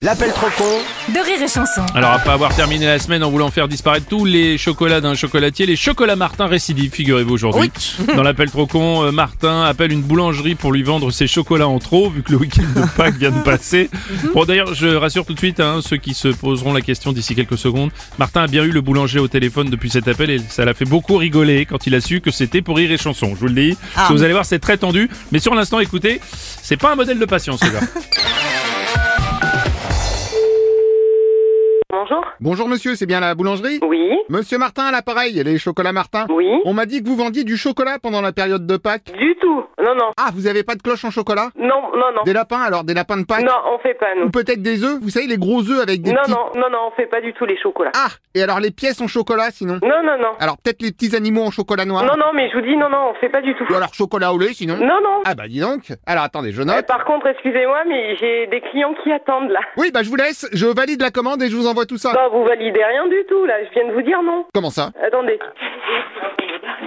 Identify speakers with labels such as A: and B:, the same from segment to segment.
A: L'appel trop con
B: de rire et chanson.
C: Alors après avoir terminé la semaine en voulant faire disparaître tous les chocolats d'un chocolatier, les chocolats Martin récidivent, figurez-vous aujourd'hui. Dans l'appel trop con, euh, Martin appelle une boulangerie pour lui vendre ses chocolats en trop, vu que le week-end de Pâques vient de passer. Bon d'ailleurs, je rassure tout de suite hein, ceux qui se poseront la question d'ici quelques secondes. Martin a bien eu le boulanger au téléphone depuis cet appel et ça l'a fait beaucoup rigoler quand il a su que c'était pour rire et chanson, je vous le dis. Parce que vous allez voir, c'est très tendu, mais sur l'instant, écoutez, c'est pas un modèle de patience, ce gars.
D: Bonjour.
E: Bonjour monsieur, c'est bien la boulangerie
D: Oui.
E: Monsieur Martin à l'appareil, les chocolats Martin.
D: Oh. Oui.
E: On m'a dit que vous vendiez du chocolat pendant la période de Pâques.
D: Du tout. Non, non.
E: Ah, vous avez pas de cloche en chocolat
D: Non, non, non.
E: Des lapins alors, des lapins de Pâques
D: Non, on fait pas,
E: Ou
D: nous.
E: peut-être des œufs, vous savez les gros œufs avec des
D: Non,
E: petits...
D: non, non, non, on fait pas du tout les chocolats.
E: Ah, et alors les pièces en chocolat sinon
D: Non, non, non.
E: Alors peut-être les petits animaux en chocolat noir
D: Non, non, mais je vous dis, non, non, on fait pas du tout.
E: Ou alors chocolat au lait sinon
D: Non, non.
E: Ah bah dis donc Alors attendez, je
D: Euh,
E: note.
D: Par contre, excusez-moi, mais j'ai des clients qui attendent, là.
E: Oui bah je vous laisse, je valide la commande et je vous envoie tout ça.
D: Non, vous validez rien du tout, là. Je viens de vous dire non.
E: Comment ça
D: Attendez.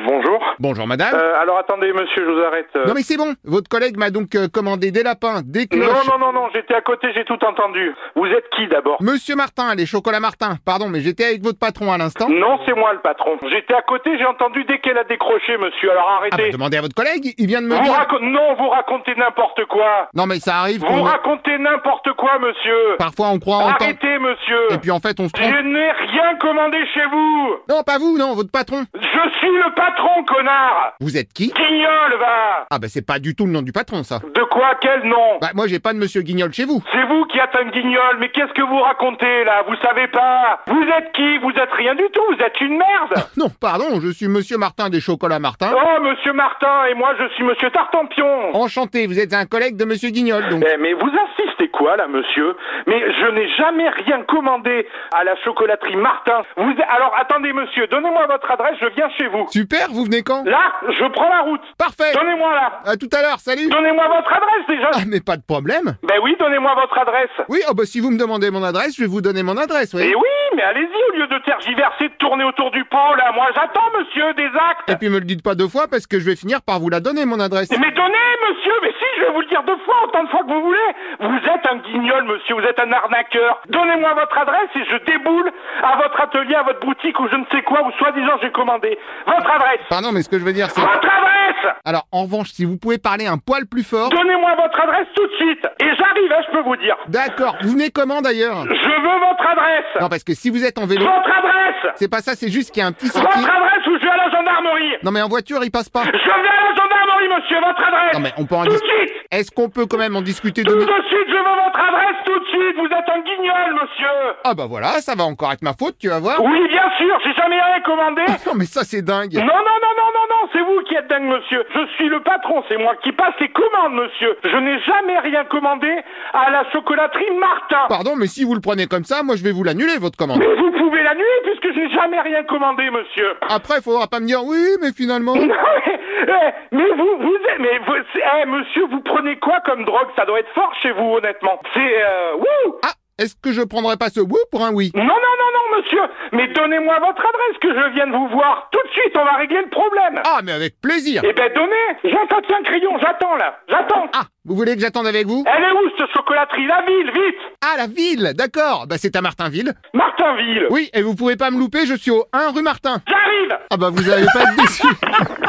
F: Bonjour.
E: Bonjour madame
F: Euh, alors attendez, monsieur, je vous arrête. euh.
E: Non mais c'est bon, votre collègue m'a donc euh, commandé des lapins, des cloches...
F: non, non, non, non, j'étais à côté, j'ai tout entendu. Vous êtes qui d'abord
E: Monsieur Martin, les chocolats Martin, pardon, mais j'étais avec votre patron à l'instant.
F: Non, c'est moi le patron. J'étais à côté, j'ai entendu dès qu'elle a décroché, monsieur. Alors
E: Ah bah,
F: arrêtez.
E: demandez à votre collègue, il vient de me
F: vous
E: dire.
F: racontez... Non, vous racontez n'importe quoi.
E: Non mais ça arrive
F: Vous
E: qu'on
F: racontez n'importe quoi, monsieur.
E: parfois on croit en temps
F: Arrêtez, monsieur.
E: et puis en fait on se trompe.
F: Je n'ai rien commandé chez vous.
E: Non, pas vous, non, votre patron.
F: Je suis le patron, connard.
E: Vous êtes qui
F: Guignol, va.
E: Ah bah c'est pas du tout le nom du patron ça.
F: De quoi Quel nom
E: Bah moi j'ai pas de monsieur Guignol chez vous.
F: C'est vous qui êtes un guignol, mais qu'est-ce que vous racontez là Vous savez pas Vous êtes qui Vous êtes rien du tout, vous êtes une merde
E: Non, pardon, je suis monsieur Martin des chocolats Martin.
F: Oh, monsieur Martin, et moi je suis monsieur Tartampion
E: Enchanté, vous êtes un collègue de monsieur Guignol donc.
F: Eh, mais vous assistez quoi là, monsieur Mais je n'ai jamais rien commandé à la chocolaterie Martin. Vous... Alors attendez, monsieur, donnez-moi votre adresse, je viens chez vous.
E: Super, vous venez quand
F: Là, je prends la route.
E: Parfait.
F: Donnez-moi là.
E: À tout à l'heure, salut.
F: Donnez-moi votre adresse déjà.
E: Ah mais pas de problème.
F: Ben oui, donnez-moi votre adresse.
E: Oui, oh bah si vous me demandez mon adresse, je vais vous donner mon adresse, oui.
F: Eh oui, mais allez-y, au lieu de tergiverser, de tourner autour du pot, là. Moi, j'attends, monsieur, des actes.
E: Et puis me le dites pas deux fois parce que je vais finir par vous la donner mon adresse.
F: Mais donnez, monsieur, mais si, je vais vous le dire deux fois, autant de fois que vous voulez. Vous êtes un guignol, monsieur, vous êtes un arnaqueur. Donnez-moi votre adresse et je déboule à votre atelier, à votre boutique ou je ne sais quoi, ou soi-disant j'ai commandé. Votre adresse
E: Pardon, mais ce que je veux dire c'est
F: Votre adresse
E: Alors, en revanche, si vous pouvez parler un poil plus fort.
F: Donnez-moi votre adresse tout de suite Et j'arrive, hein, je peux vous dire.
E: D'accord, vous venez comment d'ailleurs
F: Je veux votre
E: Non,
F: adresse
E: parce que si vous êtes en vélo,
F: Votre adresse
E: c'est pas ça, c'est juste qu'il y a un petit sentier.
F: Votre adresse ou je vais à la gendarmerie
E: Non, mais en voiture, il passe pas.
F: Je vais à la gendarmerie, monsieur, votre adresse
E: Non, mais on peut en
F: Tout de
E: discuter.
F: suite
E: Est-ce qu'on peut quand même en discuter
F: Tout
E: de.
F: de suite, je veux votre adresse tout de suite Vous êtes un guignol, monsieur
E: Ah, bah voilà, ça va encore être ma faute, tu vas voir.
F: Oui, bien sûr, j'ai jamais rien commandé
E: Non, mais ça, c'est dingue.
F: Non, non, non, non, non, non, c'est vous qui êtes dingue, monsieur. Je suis le patron, c'est moi qui passe les commandes, monsieur. Je n'ai jamais rien commandé à la chocolaterie Martin.
E: Pardon, mais si vous le prenez comme ça, moi, je vais vous l'annuler, votre commande.
F: Mais vous pouvez l'annuler puisque je n'ai jamais rien commandé, monsieur.
E: Après, il faudra pas me dire, oui, mais finalement.
F: Non, mais, eh, mais vous, vous, êtes- mais vous, c'est- eh, monsieur, vous prenez quoi comme drogue Ça doit être fort chez vous, honnêtement. C'est, euh, wouh
E: Ah, est-ce que je prendrais pas ce oui pour un oui
F: Non, non, non, non, monsieur. Mais donnez-moi votre adresse que je vienne vous voir. Tout de suite, on va régler le problème.
E: Ah, mais avec plaisir
F: Eh ben, donnez. J'attends, tiens, crayon, j'attends, là. J'attends.
E: Ah, vous voulez que j'attende avec vous
F: Elle est où cette chocolaterie La ville, vite
E: Ah, la ville, d'accord. Bah, c'est à Martinville.
F: Martinville
E: Oui, et vous pouvez pas me louper, je suis au 1 rue Martin.
F: J'arrive
E: Ah bah vous allez pas être déçus.